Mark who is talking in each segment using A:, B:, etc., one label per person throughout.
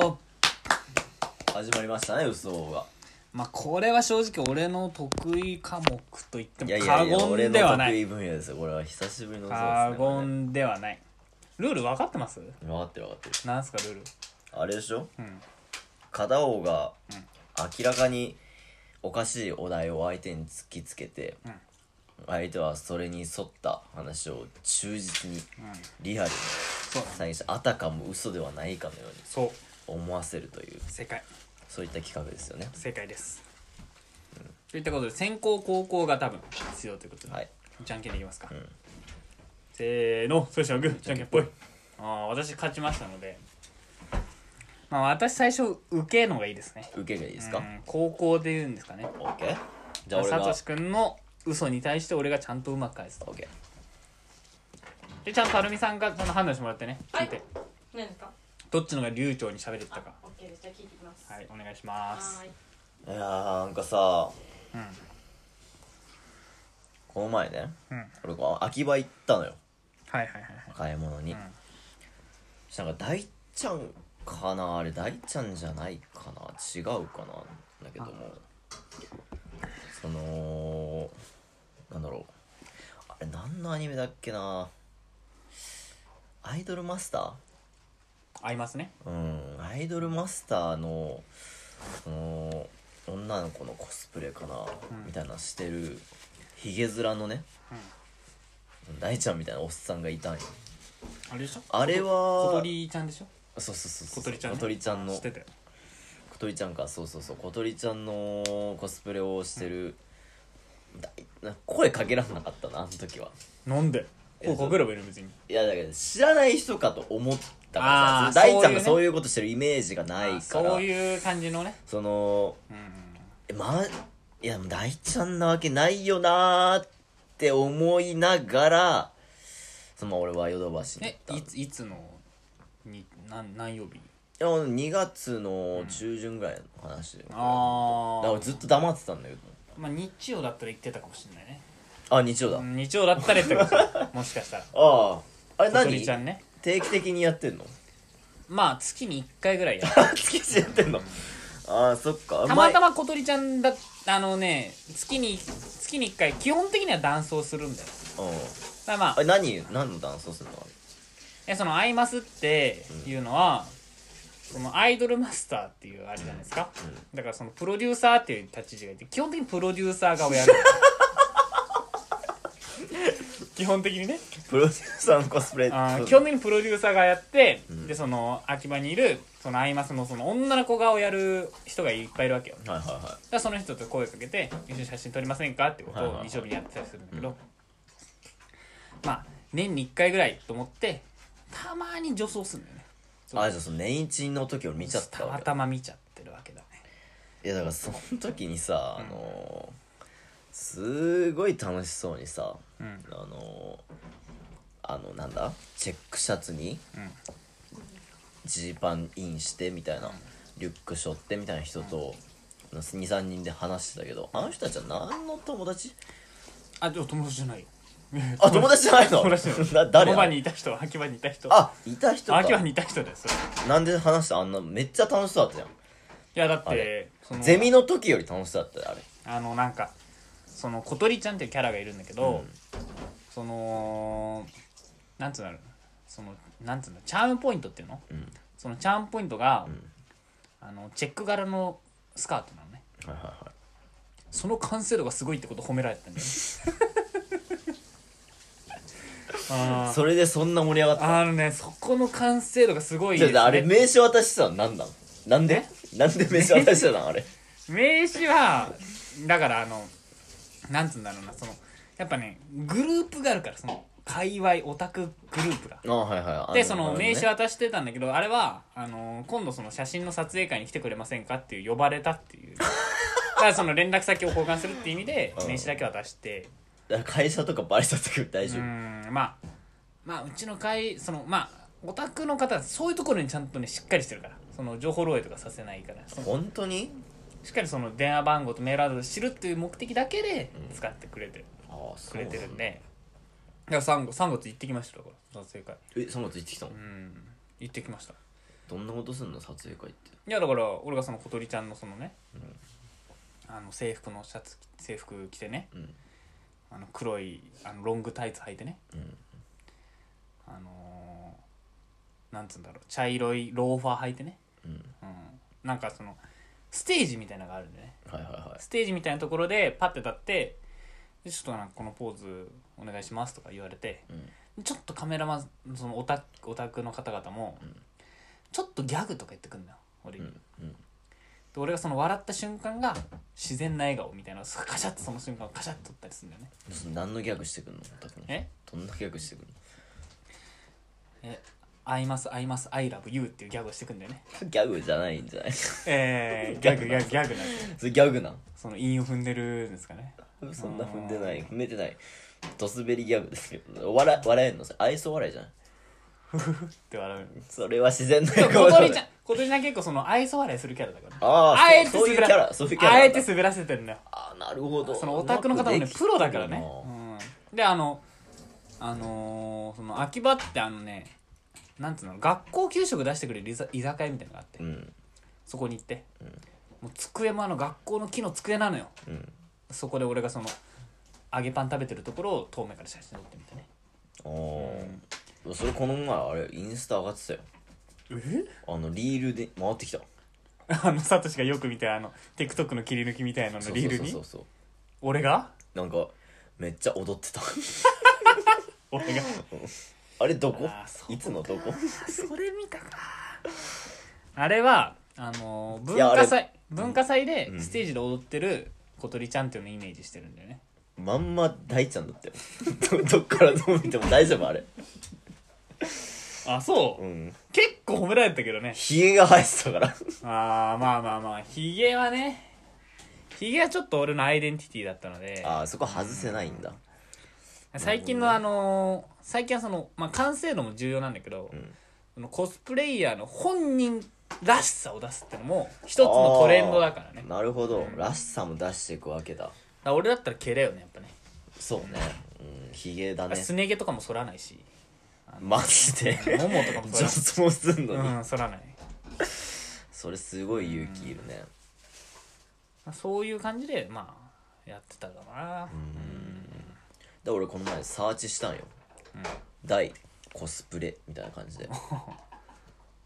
A: 嘘
B: 始まりましたね嘘が
A: まあこれは正直俺の得意科目と言って
B: いやい
A: も
B: や
A: 過
B: いや俺
A: 言
B: の
A: ではな
B: 得意
A: い
B: 分野ですよこれは久しぶりの嘘
A: 過
B: ですねこれね
A: 言ではないルール分かってます
B: 分かってる分かってる
A: なんすかルール
B: あれでしょ
A: うん
B: 片方が
A: うん
B: 明らかにおかしいお題を相手に突きつけて、
A: うん
B: 相手はそれに沿った話を忠実に
A: うん
B: リアルに
A: そうだね
B: 再現しあたかも嘘ではないかのように
A: そう
B: 思わせるという
A: 正解
B: そういった企画ですよね
A: 正解です、といったことで先攻後攻が多分必要ということで、
B: はい
A: じゃんけんでいきますか、
B: ん
A: せーのそれじゃグーじゃんけんぽいああ私勝ちましたのでまあ私最初受けのがいいですね
B: 受けがいいですか、
A: うん高校で言うんですかね
B: OK じゃあ俺
A: さと
B: が
A: しくんの嘘に対して俺がちゃんとうまく返すと
B: OK
A: でちゃんとアルミさんがその判断してもらってね聞いて、
C: は何ですか
A: どっちのが流暢に喋れてたか
C: あ、オッケーです。じゃあ聞いてきます。
A: はいお願いします
C: はーい。
B: いやーなんかさ
A: うん
B: この前ね
A: うん
B: 俺こう秋葉行ったのよ
A: はいはいはい
B: 買い物に、
A: うん
B: そしたらなんか大ちゃんかなあれ大ちゃんじゃないかな違うかなだけどもそのなんだろうあれ何のアニメだっけなアイドルマスタ
A: 合いますね
B: ーうんアイドルマスターのその女の子のコスプレかな、
A: ん
B: みたいなしてるヒゲ面のね、大ちゃんみたいなおっさんがいたんよ
A: あれでしょ
B: あれは
A: 小鳥ちゃんでしょ
B: そうそうそうそ
A: 小
B: う
A: 鳥ちゃん、ね、
B: 小鳥ちゃんの
A: 知ってたよ
B: 小鳥ちゃんかそうそうそう小鳥ちゃんのコスプレをしてる、だいな声かけらんなかったなあの時は
A: なんで
B: え
A: こうかければいいの別に
B: いやだけど知らない人かと思った
A: あー
B: からさ大ちゃんが
A: そ
B: そうういうことしてるイメージがないから
A: そういう感じのね
B: その
A: うん
B: えまいや大ちゃんなわけないよなーって思いながらその俺はヨドバシに行
A: え
B: った
A: いついつのに何何曜日
B: いや2月の中旬ぐらいの話、だか
A: あ
B: ら俺ずっと黙ってたんだけど
A: まあ日曜だったら行ってたかもしれないね
B: あ日曜だ、
A: うん日曜だったら行ってたかもしれ ないもしかしたら
B: あああれ
A: 小
B: 何
A: 鳥ちゃんね
B: 定期的にやってんの
A: まあ月に1回ぐらい やる
B: 月一でやってんのああそっか
A: たまた
B: ま
A: ま小鳥ちゃんだあのね月に月に1回基本的にはダンスをするんだよ
B: うん
A: だからまあ
B: あれ何何のダンスをするのあれ
A: えその「アイマス」っていうのは、そのアイドルマスターっていうあれじゃないですか、だからそのプロデューサーっていう立ち位置がいて基本的にプロデューサーがをやる基本的にね
B: プロデューサーのコスプレ
A: あー
B: そう
A: 基本的にプロデューサーがやって、
B: ん
A: でその秋葉にいるそのアイマスのその女の子側をやる人がいっぱいいるわけよだか
B: はいはいは
A: らその人と声かけて「一緒に写真撮りませんか?」ってこと
B: はいはい
A: を
B: はい
A: 日曜日にやってたりするんだけど、まあ年に1回ぐらいと思ってたまに女装するんだよね
B: いあじゃあその年一の時俺見ちゃった
A: た
B: わ
A: ま
B: け
A: たま見ちゃってるわけだね
B: いやだからその時にさあのーすごい楽しそうにさ
A: うん
B: あのーあのなんだチェックシャツに
A: うん
B: ジーパンインしてみたいなリュック背負ってみたいな人と23人で話してたけどあの人たちは何の友達
A: あでも友達じゃないよ
B: あ友達じゃない の
A: 友達じ ゃな
B: ない誰
A: 秋葉にいた人は秋葉にいた人
B: あいた人か
A: 秋葉にいた人だよそれい
B: なんで話したあんなめっちゃ楽しそうだったじ
A: やだっ
B: あ
A: て
B: れ
A: そ
B: ゃん
A: の
B: ゼミの時より楽しそうだったよあれ
A: あのなんかその小鳥ちゃんっていうキャラがいるんだけど、
B: うん
A: そのなんつうんだろうそのなんつうんだチャームポイントっていうの
B: うん
A: そのチャームポイントが、
B: ん
A: あのチェック柄のスカートなのね
B: はいはいはい
A: その完成度がすごいってこと褒められてたんだよね あー
B: それでそんな盛り上がった
A: あのねそこの完成度がすごい
B: じ
A: で
B: ゃ
A: す、
B: あ
A: ね、
B: あれ名刺渡してたの何なのなんでなんで名刺渡してたの あれ
A: 名刺はだからあのなんつうんだろうなそのやっぱねグループがあるからその界隈オタクグループが
B: あはいはいあ
A: でその名刺
B: は
A: 渡してたんだけどあれはあの今度その写真の撮影会に来てくれませんかっていう呼ばれたって いうだからその連絡先を交換するっていう意味で
B: うん
A: 名刺だけ渡して
B: 会社とかバレた時も大
A: う
B: 丈夫
A: んまあまあうちの会そのまあオタクの方はそういうところにちゃんとねしっかりしてるからその情報漏洩とかさせないからその
B: 本当に
A: しっかりその電話番号とメールアドレス知るっていう目的だけで使ってくれてる、
B: ああそ
A: くれてるんでや3月3月行ってきましただから撮影会
B: え3月行ってきたの
A: うん行ってきました
B: どんなことすんの撮影会って
A: いやだから俺がその小鳥ちゃんのそのね、あの制服のシャツ制服着てね
B: うん
A: あの黒いあのロングタイツ履いてね
B: うん
A: あのーなんつうんだろう茶色いローファー履いてね、
B: うん
A: うん、なんかそのステージみたいなのがあるんでね
B: はいはいはい
A: ステージみたいなところでパッて立ってでちょっとなんかこのポーズお願いしますとか言われて
B: うん
A: ちょっとカメラマンそのオタオタクの方々も、
B: ん
A: ちょっとギャグとか言ってくんだよ俺
B: う
A: に、
B: んうん
A: で俺がその笑った瞬間が自然な笑顔みたいなそうカシャッとその瞬間をカシャッと撮ったりするんだよね
B: その何のギャグしてくんのたくみ
A: え
B: どんなギャグしてくん
A: え「アイマスアイマスアイラブユー」っていうギャグをしてくんだよね
B: のギャグじゃないんじゃない そ
A: え ー、ギャグギャグギャグなんですよ
B: れギャグなん
A: その韻を踏んでるんですかね
B: そんな踏んでない踏めてないドスベリギャグですけど笑笑えんのそれ愛想笑いじゃない
A: って笑う
B: それは自然な
A: でも
B: 顔
A: 小
B: だね
A: 鳥ちゃん小鳥ちゃん結構その愛想笑いするキャラだから
B: ああ
A: あえて
B: そうそういうキ
A: 滑
B: ャ
A: ら
B: ラそういうキャラ
A: あ
B: なん
A: え
B: だ
A: て滑らせてるんだよ
B: あーなるほど
A: そのオタクの方も
B: う
A: ね
B: まくできて
A: プ
B: る
A: ロだからね
B: な、
A: うん、であのあのーその秋葉ってあのねなんつうの学校給食出してくれる居酒居酒屋みたいなのがあって、
B: うん
A: そこに行って、
B: ん
A: もう机もあの学校の木の机なのよ
B: うん
A: そこで俺がその揚げパン食べてるところを遠目から写真撮ってみてね
B: ああそれこの前あれインスタ上がってたよ
A: え
B: あのリールで回ってきた
A: あのサトシがよく見てあの TikTok の切り抜きみたいなののリール
B: そう
A: に
B: そうそう
A: 俺が
B: そうなんかめっちゃ踊ってた
A: 俺が
B: あれどこ
A: あーそうか
B: いつのどこ
A: それ見たかあれはあのー文
B: いやあれ
A: 化祭文化祭で
B: うん
A: ステージで踊ってる小鳥ちゃんっていうのをイメージしてるんだよね
B: まんま大ちゃんだったよ どどっからどう見ても大丈夫あれ
A: あそう、
B: うん
A: 結構褒められたけどね
B: ひげが生えてた から
A: ああまあまあまあヒゲはねヒゲはちょっと俺のアイデンティティだったので
B: ああそこ外せないんだ
A: 最近のあのー最近はその、まあ、完成度も重要なんだけど、
B: ん
A: そのコスプレイヤーの本人らしさを出すってのも一つのトレンドだからねだか
B: なるほど、らしさも出していくわけだ
A: ら俺だったら毛だよねやっぱね
B: そうねうんひげだね
A: すね毛とかも剃らないし
B: マジで
A: ももとかも剃
B: 女装すんの
A: ら
B: に、
A: ない、うん、剃らない
B: それすごい勇気いるね
A: まあそういう感じでまあやってたかな
B: で俺この前サーチしたんよ、大コスプレみたいな感 じで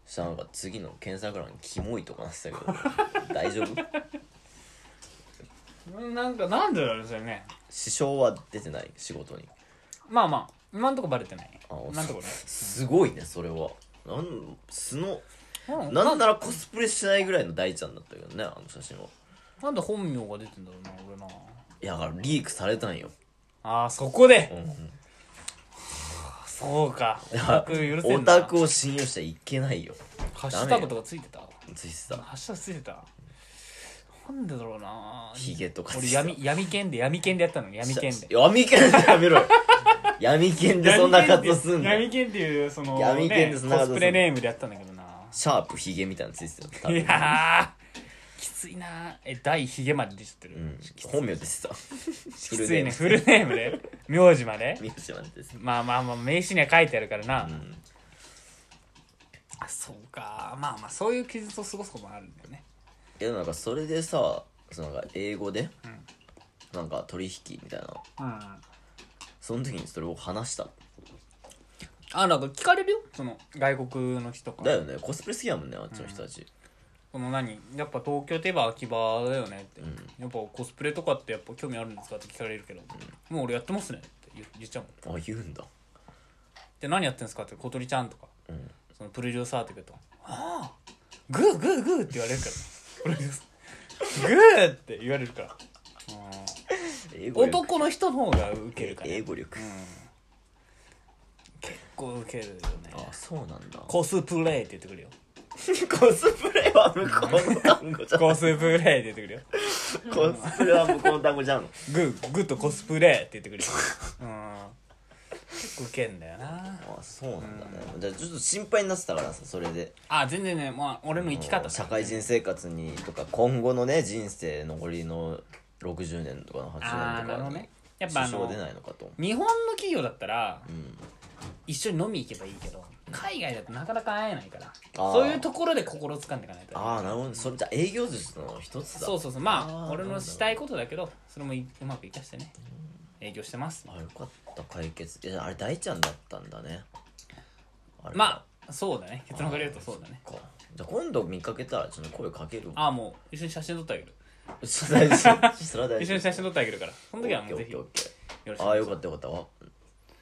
B: したらなんか次の検索欄に「キモい」とかなってたけど大丈夫
A: うんなんかなんでだろうねそれね
B: 支障は出てない仕事に
A: まあまあ今んとこバレてない
B: あ
A: 今んとこね
B: すごいねそれはなん素の
A: なん
B: なんならコスプレしてないぐらいの大ちゃんだったけどねあの写真は
A: なんで本名が出てんだろうな俺ない
B: やだからリークされたんよ、
A: ああそこで、
B: うんうん
A: そうかオタク許せ
B: オ
A: んな
B: タクを信用しちゃいけないよ
A: ハッシュタグとかついてた
B: ついてた
A: ハッシュタグついてたなんでだろうな
B: ヒゲとか
A: 俺闇闇剣で闇剣でやったの闇剣で
B: 闇剣 でやめろよ闇剣でそんな活動すんの
A: 闇剣っていうその
B: 闇剣でそんな
A: ねコス
B: 活動すんの
A: プレネームでやったんだけどな
B: シャープヒゲみたいなのついてた
A: い
B: よ
A: やーきついなえ大ヒゲまで出ちゃってる、
B: うん
A: き
B: 本名でし た
A: き
B: き
A: ついねフルネームで名字まで
B: 名字なんです
A: まあまあまあ名刺には書いてあるからな、
B: うん
A: あそうかまあまあそういう傷と過ごすこともあるんだよね
B: いやなんかそれでさそのなんか英語で
A: ん
B: なんか取引みたいな
A: うん
B: その時にそれを話した
A: あなんか聞かれるよその外国の人か
B: だ
A: ら
B: よねコスプレ好きやもんねあっちの人たち
A: この何やっぱ東京といえば秋葉だよねって、
B: ん
A: やっぱコスプレとかってやっぱ興味あるんですかって聞かれるけど、もう俺やってますねって言言っちゃうもん
B: あ言うんだ
A: で何やってんですかって小鳥ちゃんとか
B: うん
A: そのプロデューサーって言うと「ああグーグーグー」って言われるからプロデューサーグーって言われるから、
B: 英
A: う
B: 語
A: ん、
B: 力
A: 男の人の方がウケるから、
B: 英語力
A: 結構ウケるよね
B: あそうなんだ コ
A: コスプレイって言ってくるよ
B: スプレは向こうの単語じゃん
A: コスプレイって言ってくるよ
B: コスプレは向こうの単語じゃん
A: グーグーとコスプレって言ってくるようん結構ウケんだよな
B: あそうなんだねじゃあちょっと心配になってたからさそれで
A: あ全然ねまあ俺の生き方だ
B: 社会人生活にとか今後のね人生残りの60年とかの80
A: ああ
B: 年
A: なる
B: とか
A: ほど
B: に
A: ねやっぱあ
B: 支
A: の
B: 障が出ないのかと。
A: 日本の企業だったら
B: うん。
A: 一緒に飲み行けばいいけど海外だとなかなか会えないから
B: あー
A: そういうところで心掴んでいかないと
B: ああ、なるほど。それじゃあ営業術の一つだ。
A: そうそうそうま
B: あ
A: あ
B: ー
A: 俺のしたいことだけどそれもいうまく生かしてね営業してます
B: あよかった解決いやあれ大ちゃんだったんだねれ
A: まあそうだね結論から言うとそうだね
B: かじゃあ今度見かけたらちょっと声かける
A: ああもう一緒に写真撮ってあげる
B: それ大事それは大事
A: 一緒に写真撮ってあげるからその時はもう
B: オッ
A: ぜ
B: ケ
A: ひ
B: ーオ
A: よ
B: ッケーオッ
A: ろしく
B: ケーああよかったよかったわ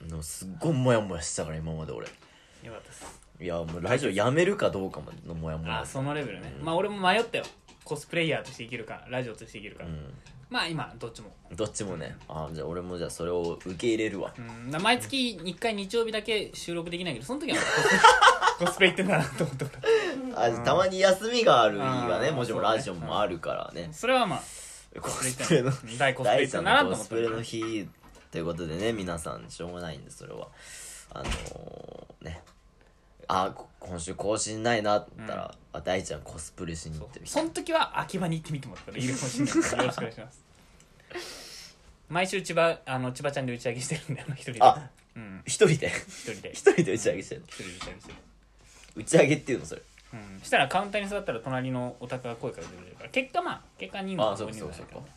B: でもすっごいモヤモヤしてたから今まで俺
A: よかったです
B: いやもうラジオやめるかどうかまでのモヤモ
A: あ
B: ヤ
A: あそのレベルねまあ俺も迷ったよコスプレイヤーとして生きるかラジオとして生きるか
B: うん
A: まあ今どっちも
B: どっちもねああじゃあ俺もじゃあそれを受け入れるわ
A: うん毎月1回日曜日だけ収録できないけどその時は コスコスプレ行ってんだなと思ってた
B: あたまに休みがある日がね
A: うん
B: もちろん
A: そうね
B: ラジオもあるからね
A: それはまあ
B: コ
A: コス
B: ス
A: プ
B: プ
A: レ
B: レ
A: 行
B: の
A: ってん大コスプレ
B: 第
A: 行って
B: 3
A: んだなと
B: のコ
A: 思っ
B: ス
A: た
B: プレの日ということでね皆さんしょうがないんでそれはあのー、ねあこ今週更新ないなって言ったら、あ大ちゃんコスプレしに行ってる
A: その時は秋葉に行ってみてもらったらいいかもしれないですよろしくお願いします毎週千葉あの千葉ちゃんで打ち上げしてるんであの一人で
B: あ
A: うん
B: 一人で
A: 一人で
B: 一人で打ち上げしてる
A: 一人で打ち上げしてる
B: 打ち上げっていうのそれ
A: うんしたらカウンターに座ったら隣のお宅が声かけてくれるから結果まあ結果人数
B: あそうか
A: 人数だけ
B: そ
A: ど
B: うか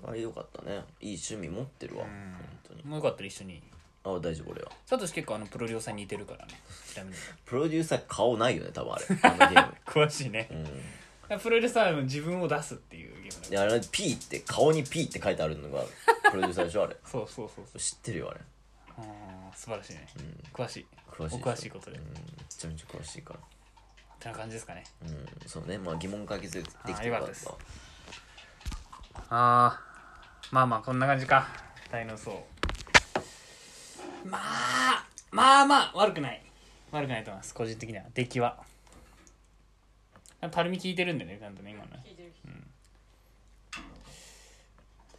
B: それはよかったねいい趣味持ってるわ、
A: うん
B: 本当に
A: もうよかったら一緒に
B: あ大丈夫俺は
A: サトシ結構あのプロリオさんに似てるからねちなみに
B: プロデューサー顔ないよね多分あれあのゲ ーム
A: 詳しいね
B: うん
A: プロリオさんは自分を出すっていうゲームだから
B: であれ P って顔に P って書いてあるのがプロデューサーでしょあれ
A: そうそうそうそう
B: 知ってるよあれ
A: あー素晴らしいね
B: うん
A: 詳しい
B: 詳しい
A: お詳しいことで
B: うんめちゃめちゃ詳しいから
A: てな感じですかね
B: うんそうねまあ疑問解決できて
A: あ
B: よ
A: ーよかったですあーまあまあこんな感じか大の層まあまあまあ悪くない悪くないと思います個人的には出来はたるみ聞いてるんでねちゃんとね今のね
C: 聞いてる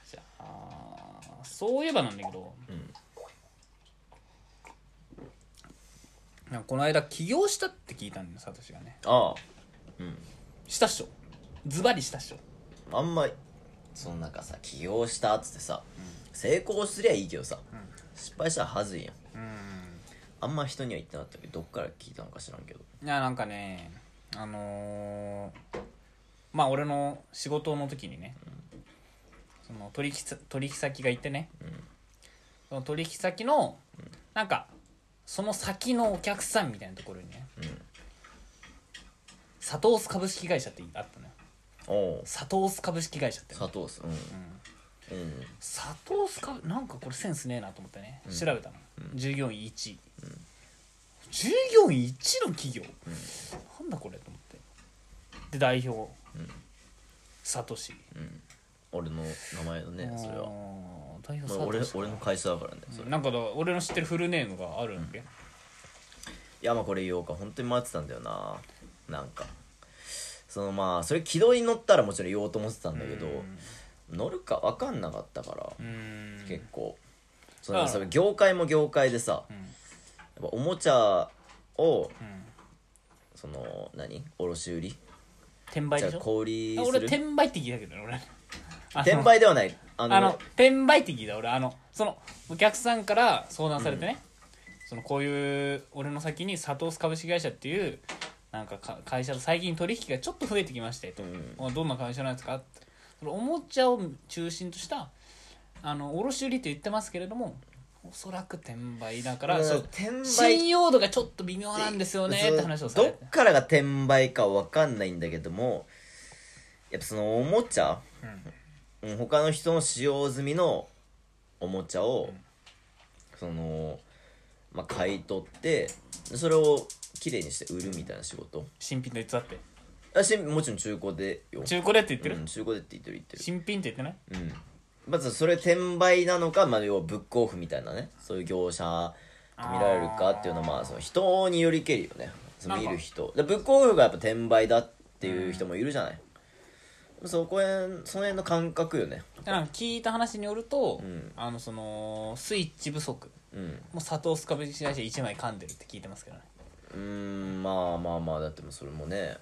A: じゃあそういえばなんだけど、
B: ん
A: なんかこの間起業したって聞いたんだよサトシがね
B: あ
A: したっしょズバリしたっしょ
B: ああんまそのなんかさ起業したっつってさ、成功すりゃいいけどさ、失敗したらはずいやん
A: うん
B: あんま人には言ってなかったけどどっから聞いたのか知らんけど
A: いやなんかねあのーまあ俺の仕事の時にね、その取引さ取引先がいてね、その取引先の、なんかその先のお客さんみたいなところにね、サトウス株式会社ってあったのよ
B: おお
A: サトウス株式会社ってね
B: 砂糖っすうんうん
A: サトウス株なんかこれセンスねえなと思ってね調べたの、従業員1、従業員1の企業、なんだこれと思ってで代表、サトシ
B: 俺の名前のねそれ
A: あ
B: は
A: ー代表
B: ま
A: サ
B: あ俺
A: トシか
B: 俺の会社だからねそれ、い
A: なんかだから俺の知ってるフルネームがあるんだっけ、
B: やまあこれ言おうか本当に待ってたんだよななんかそのまあそれ軌道に乗ったらもちろん言おうと思ってたんだけど、乗るか分かんなかったから、
A: うーん
B: 結構そ
A: だ
B: の
A: から
B: その業界も業界でさ、やっぱおもちゃを
A: うん
B: その何卸売り
A: 転売
B: じゃ
A: でし
B: あ
A: ょ
B: 小売り
A: あ
B: す
A: 俺
B: る
A: 転売って聞いたけどね俺あの
B: 転売ではないあの
A: あの転売って聞いた俺あのそのお客さんから相談されてね、そのこういう俺の先にサトウス株式会社っていうなんかか会社と最近取引がちょっと増えてきましてと、
B: うん
A: まあどんな会社なんですかってそのおもちゃを中心としたあの卸売りと言ってますけれどもおそらく転売だから、
B: うん
A: そう
B: 転売
A: 信用度がちょっと微妙なんですよねって話をさ
B: ど
A: れて
B: っからが転売か分かんないんだけどもやっぱそのおもちゃ、うん、他の人の使用済みのおもちゃを、そのまあ買い取ってでそれをきれいにして売るみたいな仕事、
A: 新品と偽って
B: 私もちろん中古でよ
A: 中古でって言ってる、
B: うん、中古でって言ってる言ってる
A: 新品って言ってない
B: まずそれ転売なのか、まあ、要はブックオフみたいなねそういう業者と見られるかっていうのはまあその人によりけりよねその
A: なん
B: 見
A: か
B: る人でブックオフがやっぱ転売だっていう人もいるじゃない、そこへんその辺の感覚よね
A: でなんか聞いた話によると、
B: ん
A: あのそのスイッチ不足
B: うん
A: もう砂糖スカベジ会社1枚噛んでるって聞いてますけどね
B: うーんまあまあまあだってもうそれもね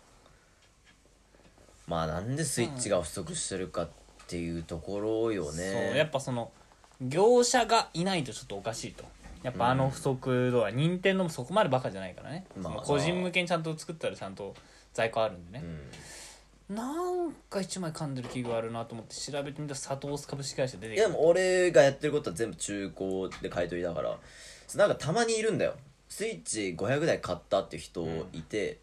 B: まあなんでスイッチが不足してるかっていうところよね、
A: そうやっぱその業者がいないとちょっとおかしいとやっぱあの不足度は任天堂もそこまでバカじゃないからね、
B: まあ
A: その個人向けにちゃんと作ったらちゃんと在庫あるんで
B: う
A: ね、
B: ん
A: なんか一枚噛んでる企業あるなと思って調べてみたらサトウス株式会社出て
B: い
A: き
B: や
A: た
B: でも俺がやってることは全部中古で買い取りだからなんかたまにいるんだよスイッチ500台買ったって人いて、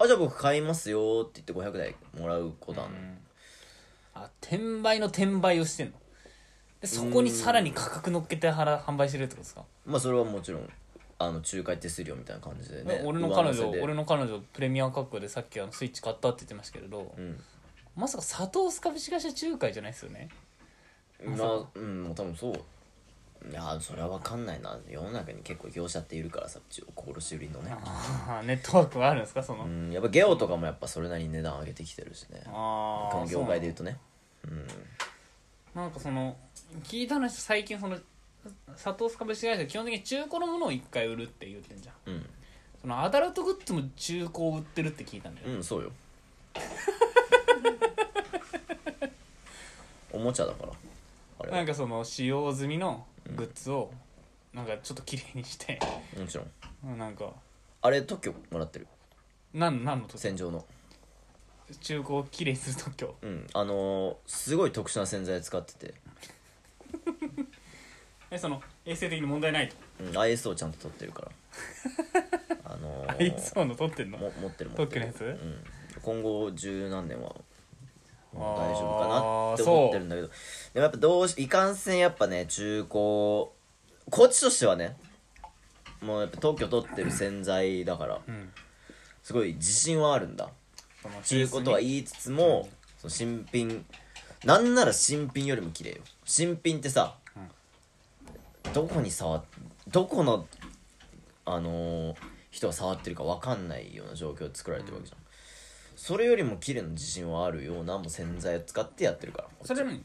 B: あじゃあ僕買いますよって言って500台もらう子だ、
A: うんあ転売の転売をしてんのでそこにさらに価格乗っけて払販売してるってことですか、
B: まあそれはもちろんあの仲介手数料みたいな感じでね
A: 俺の彼
B: 上乗
A: 女
B: せで
A: 俺の彼女プレミアム価格でさっきあのスイッチ買ったって言ってましたけれど、
B: うん
A: まさかサトウス株式会社仲介じゃないですよね
B: まあうんもう多分そういやそれは分かんないな世の中に結構業者っているからさち卸売りのね
A: あーネットワークはあるんですかその、
B: うんやっぱゲオとかもやっぱそれなりに値段上げてきてるしね
A: あ
B: この
A: あ
B: 業界でいうとね
A: なんかその聞いた話最近そのサトウス株式会社基本的に中古のものを一回売るって言ってんじゃん
B: うん
A: そのアダルトグッズも中古を売ってるって聞いたんだよ、
B: うんそうよ おもちゃだからあれは
A: なんかその使用済みのグッズをなんかちょっと綺麗にして、
B: もちろん
A: なんか
B: あれ特許もらってる
A: なんなんの特許
B: 洗浄の
A: 中古を綺麗にする特許
B: うんあのーすごい特殊な洗剤使ってて、
A: えその衛生的に問題ない と
B: うん、ISO ちゃんと取ってるからあの ー
A: ISO の取ってんの
B: も持ってる持って
A: 特許
B: る
A: のやつ
B: うん、今後十何年は
A: あー
B: もう大丈夫かなって思ってるんだけどでもやっぱどうしいかんせんやっぱね中古こっちとしてはねもうやっぱ特許取ってる洗剤だから
A: うん
B: すごい自信はあるんだ
A: その
B: 中古とは
A: 品質に
B: 言いつつもその新品なんなら新品よりも綺麗よ新品ってさ、どこに触っどこのあのー人が触ってるか分かんないような状況で作られてるわけじゃん、それよりも綺麗な自信はあるようなもう洗剤を使ってやってるから
A: それなのに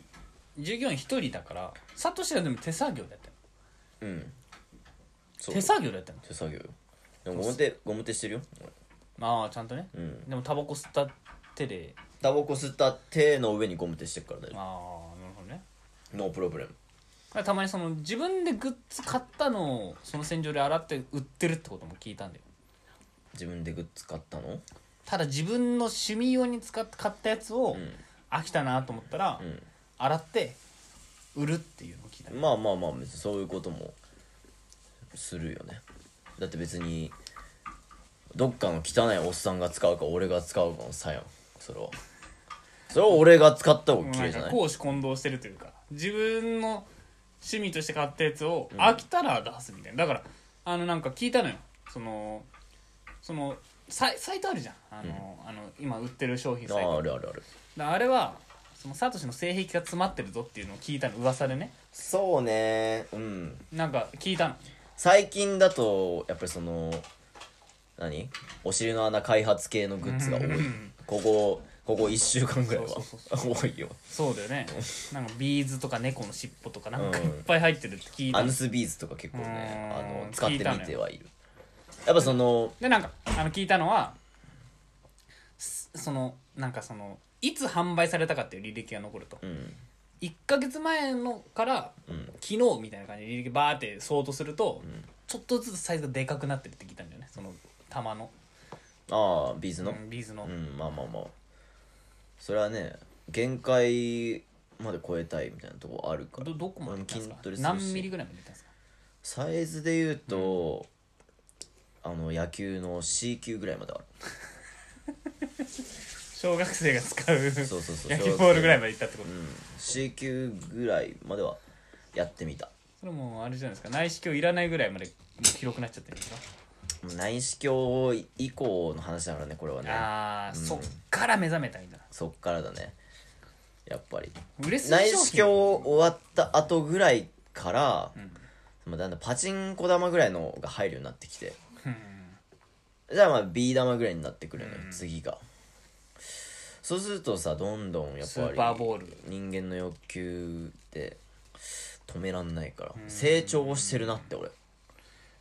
A: 従業員一人だからサトシはでも手作業でやってる
B: うんそう
A: 手作業でやってる
B: 手作業よでもゴム手ゴム手してるよ
A: ああちゃんとね、
B: うん
A: でもタバコ吸った手で
B: タバコ吸った手の上にゴム手してるから大
A: ああ
B: 丈
A: なるほどね
B: 夫ノープロブレム
A: だからたまにその自分でグッズ買ったのをその洗浄で洗って売ってるってことも聞いたんだよ
B: 自分でグッズ買ったの
A: ただ自分の趣味用に使って買ったやつを
B: うん
A: 飽きたなと思ったら、
B: うん
A: 洗って売るっていうのを聞いた、
B: まあまあまあ別にそういうこともするよねだって別にどっかの汚いおっさんが使うか俺が使うかの差やんそれはそれは俺が使った方が
A: もう
B: 綺
A: な
B: 麗
A: ん
B: じ
A: か
B: ゃない
A: 公私混同してるというか自分の趣味として買ったやつを飽きたら出すみたいな、だからあのなんか聞いたのよそのそのサイサイトあるじゃんあの、あの今売ってる商品
B: あ
A: サイト
B: ああるあるある
A: だからあれはそのサトシの性癖が詰まってるぞっていうのを聞いたの噂でね
B: そうねうん
A: なんか聞いたの
B: 最近だとやっぱりその何お尻の穴開発系のグッズが多いここここ1週間ぐらいは
A: そうそう
B: 多いよ
A: そうだよねなんかビーズとか猫の尻尾とかなんか
B: うん
A: いっぱい入ってるって聞い
B: ア
A: たの
B: ヌスビーズとか結構ねあ
A: う
B: の
A: ん
B: 使ってみてはいるやっぱその
A: でなんかあの聞いたのはすそのなんかそのいつ販売されたかっていう履歴が残ると
B: うん
A: 1ヶ月前のから
B: うん
A: 昨日みたいな感じで履歴バーって相当すると、ちょっとずつサイズがでかくなってるって聞いたんだよねその玉の、
B: ああビーズの
A: うんビーズの、
B: うんまあまあまあそれはね限界まで超えたいみたいなとこあるから
A: どどこまで出たんですか
B: 筋トレするし
A: 何ミリぐらいまで出たんですか
B: サイズで言うと、あの野球の C 級ぐらいまである
A: 小学生が使う
B: そうそ うそう
A: 野球ボールぐらいまでいったってこと、
B: うん C 級ぐらいまではやってみた
A: それもうあれじゃないですか内視鏡いらないぐらいまで広くなっちゃってるんですか
B: 内視鏡以降の話だからねこれはね
A: ああ、
B: うん
A: そっから目覚めたみたい
B: そっからだねやっぱり
A: な売れ筋
B: 内
A: 商
B: 視
A: 品
B: 鏡終わった後ぐらいから、
A: ん
B: まあだんだんパチンコ玉ぐらいのが入るようになってきて
A: うん
B: じゃあまあ B 玉ぐらいになってくるのよ、次がそうするとさどんどんやっ
A: スーパ
B: ぱ
A: ーボール
B: り人間の欲求って止めらんないから成長してるなって俺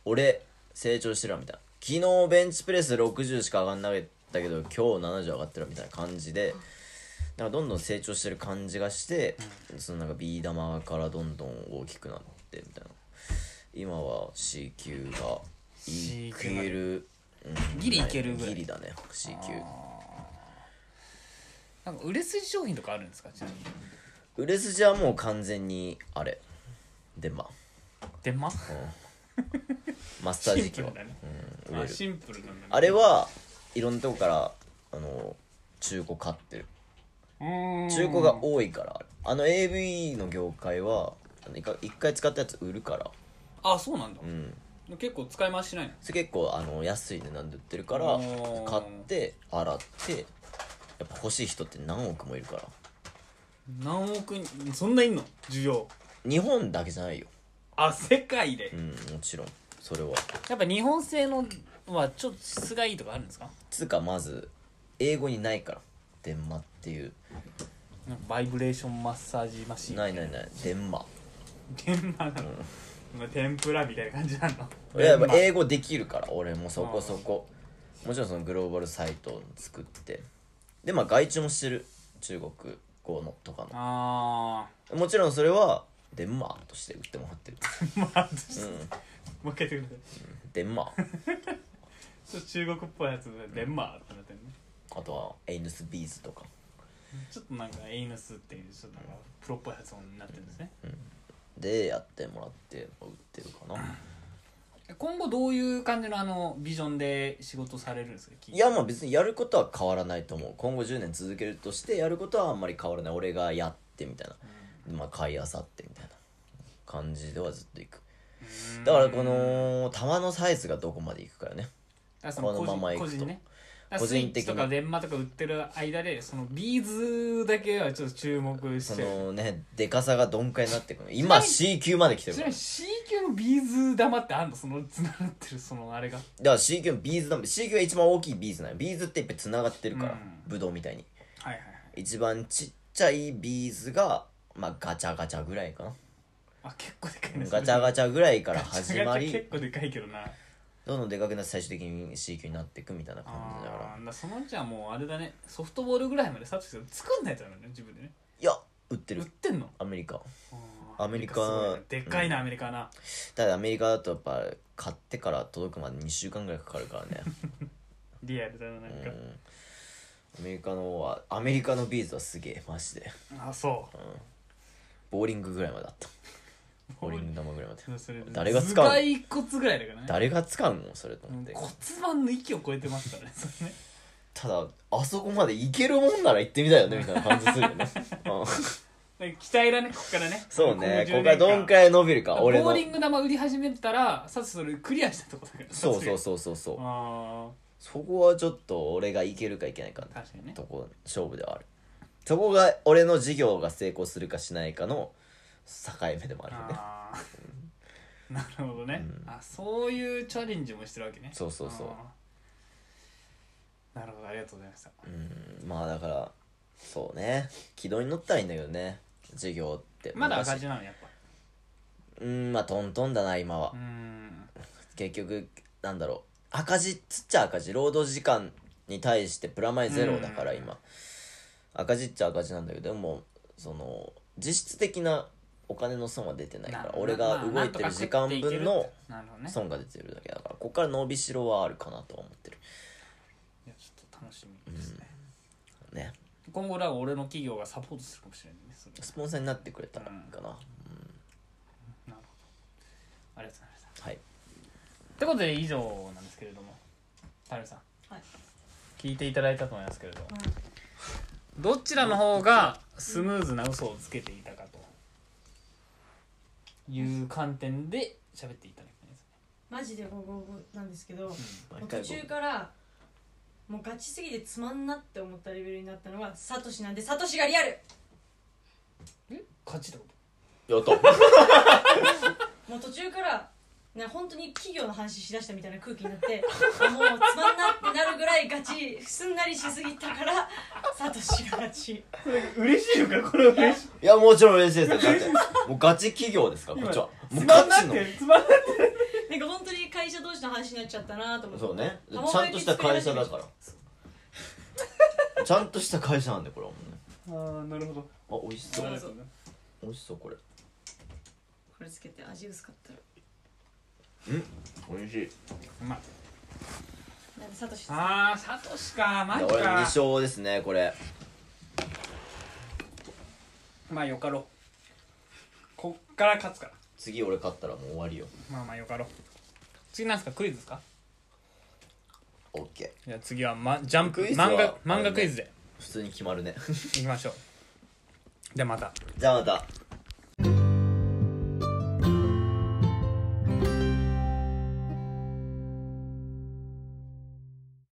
B: 俺成長してるわみたいな昨日ベンチプレス60しか上がんなかったけど今日70上がってるわみたいな感じでなんかどんどん成長してる感じがして、そのなんかビー玉からどんどん大きくなってみたいな今は C 級がい
A: C 級
B: ける、うん
A: ギリいけるぐらい
B: ギリだね C 級
A: なんか売れ筋商品とかあるんですかちなみに
B: 売れ筋はもう完全にあれデンマ、
A: デンマ
B: うん、マッサー
A: シン
B: ジ機
A: プ
B: は
A: ル、だね
B: うん、売れ
A: あ
B: る
A: シンプルなんだね
B: あれはいろんなとこからあの中古買ってる
A: うーん
B: 中古が多いからあの AV の業界はあの一回一回使ったやつ売るから
A: あそうなんだ
B: うん
A: 結構使い回しないの
B: それ結構あの安い値段で売ってるから
A: おー
B: 買って洗ってやっぱ欲しい人って何億もいるから
A: 何億人そんないんの需要
B: 日本だけじゃないよ
A: あ世界で
B: うんもちろんそれは
A: やっぱ日本製のはちょっと質がいいとかあるんですか
B: つうかまず英語にないからデンマっていう
A: なんかバイブレーションマッサージマシン
B: ないないないデンマ
A: 天満なの、まあ天ぷらみたいな感じなの
B: 俺やっぱ
A: 天満
B: 英語できるから俺もそこそこもちろんそのグローバルサイトを作ってでまあ外注もしてる中国語のとか
A: あ
B: のもちろんそれはデンマーとして売ってもらってる、
A: ー まあ
B: う
A: もう一回言ってください
B: ん、デンマー
A: ちょっと中国っぽいやつでデンマーってなってるね
B: あとはエイヌスビーズとか
A: ちょっとなんかエイヌスっていうちょっとなんかプロっぽい発音になってるんですね
B: でやってもらって売ってるかな
A: 今後どういう感じのあのビジョンで仕事されるんですか
B: いやまあ別にやることは変わらないと思う今後10年続けるとしてやることはあんまり変わらない俺がやってみたいな、まあ買いあさってみたいな感じではずっといくだからこの玉のサイズがどこまでいくかよね
A: あその個
B: この
A: 人
B: まま行
A: 個
B: くと
A: 人ねだから
B: 個
A: スイ
B: 人
A: ッ
B: 的
A: チ
B: な
A: とか電話とか売ってる間でそのビーズだけはちょっと注目し
B: そ
A: てる
B: のねでかさがどんくらいになっていくの今 C 級まで来てる
A: ち
B: か
A: な
B: ら
A: みに
B: だか
A: C 級のビーズ玉ってあんの そのつながってるそのあれが
B: ら C 級のビーズだもん C 級が一番大きいビーズなんよビーズってやっぱつながってるから、
A: うん
B: ブドウみたいに
A: はいはいはい
B: 一番ちっちゃいビーズがまあガチャガチャぐらいかな
A: あ結構でかいね
B: ガチャガ
A: チ
B: チャぐらいから
A: ャ
B: 始まり
A: 結構でかいけどな
B: どんどんでかくなって最終的に C 級になっていくみたいな感
A: あ
B: じだから
A: ーだからそのうちはもうあれだねソフトボールぐらいまでサトシさん作んないとダメだね自分でね
B: いや売って
A: 売っ
B: る
A: てんの
B: アメリカ
A: あー
B: アメリカ
A: すごいねでかいな、アメリカはな
B: ただアメリカだとやっぱ買ってから届くまで2週間ぐらいかかるか らね
A: リアルだななん
B: う
A: か、
B: んアメリカの方はアメリカのビーズはすげえマジで
A: あそう
B: ボーリングぐらいまであったボーリング玉ぐらいま で
A: そうそれで
B: 誰が使うの
A: 頭蓋骨ぐらいだからね
B: 誰が使うのそれと思って
A: 骨盤の域を超えてますからねそれね
B: ただあそこまで行けるもんなら行ってみたいよねみたいな感じする よね、うん
A: なんか期待だねここからね
B: そうねここが
A: が
B: どんくらい伸びるか俺
A: ボー
B: の
A: リング玉売り始めたらさっそれクリアしたとこだから
B: そうそ
A: そ
B: うそうそうそう
A: あ
B: そこはちょっと俺がいけるかいけないか
A: ー
B: な
A: 確かにね
B: とこ勝負ではあるそこが俺の事業が成功するかしないかの境目でもあるよね
A: あー なるほどね、あそういうチャレンジもしてるわけね
B: そうそうそう
A: あーなるほどありがとうございました
B: うんまあだからそうね軌道に乗ったらいいんだけどね事業って
A: まだ赤
B: 昔
A: 字なのやっぱ
B: うんまあトントンだな今は
A: うーん
B: 結局なんだろう赤字っつっちゃ赤字労働時間に対してプラマイゼロだから
A: うん
B: 今、赤字っちゃ赤字なんだけどでもその実質的なお金の損は出てないから
A: な
B: 俺が動いてる時間分の
A: なるほどね
B: 損が出てるだけだからここから伸びしろはあるかなとは思ってる
A: いやちょっと楽しみですね、
B: ね
A: 今後だから俺の企業がサポートするかもしれないねそれ
B: スポンサーになってくれたらいいかな、
A: なるほどありがとうございました
B: はい
A: ってことで以上なんですけれども田辺さん
C: はい
A: 聞いていただいたと思いますけれどどちらの方がスムーズな嘘をつけていたかという観点で喋っていただきたいですね
C: マジで五五五なんですけど、もう
B: 毎回
C: 途
B: 僕
C: 中からもうガチすぎてつまんなって思ったレベルになったのはサトシなんでサトシがリアル
A: 勝ちってこ
B: やった
C: もう途中からね本当に企業の話しだしたみたいな空気になってあもうつまんなってなるぐらいガチすんなりしすぎたからサトシがガチ
A: と嬉しいのかこれ嬉しい
B: いやもちろん嬉しいですよだってもうガチ企業ですからこっちはもうガチ
A: つま
B: の
A: んなって
C: なんか本当に会社同士の話になっちゃったなと思って
B: そうねち
C: 卵
B: ゃんとした会社だ
C: 焼き作り始め
B: からちゃんとした会社なんでこれはも
A: あ
B: うね
A: あなるほど
B: あ美味しそうう
C: ぞ
B: 美味しそうこれ
C: これつけて味薄かったら
B: 美味しいいう
A: まい
C: なんでサトシさん
A: あーサトシかマ
B: や
A: ジ
B: 俺2
A: か
B: 勝ですねこれ
A: まあよかろうこっから勝つから
B: 次俺勝ったらもう終わりよ
A: まあまあよかろう次なんですかクイズですか
B: オッケー
A: じゃあ次は、ま、ジャンプ
B: クイズは
A: 漫画
B: あれ
A: 漫
B: ね
A: 画クイズで
B: 普通に決まるね
A: いきましょうではまた
B: じゃあまた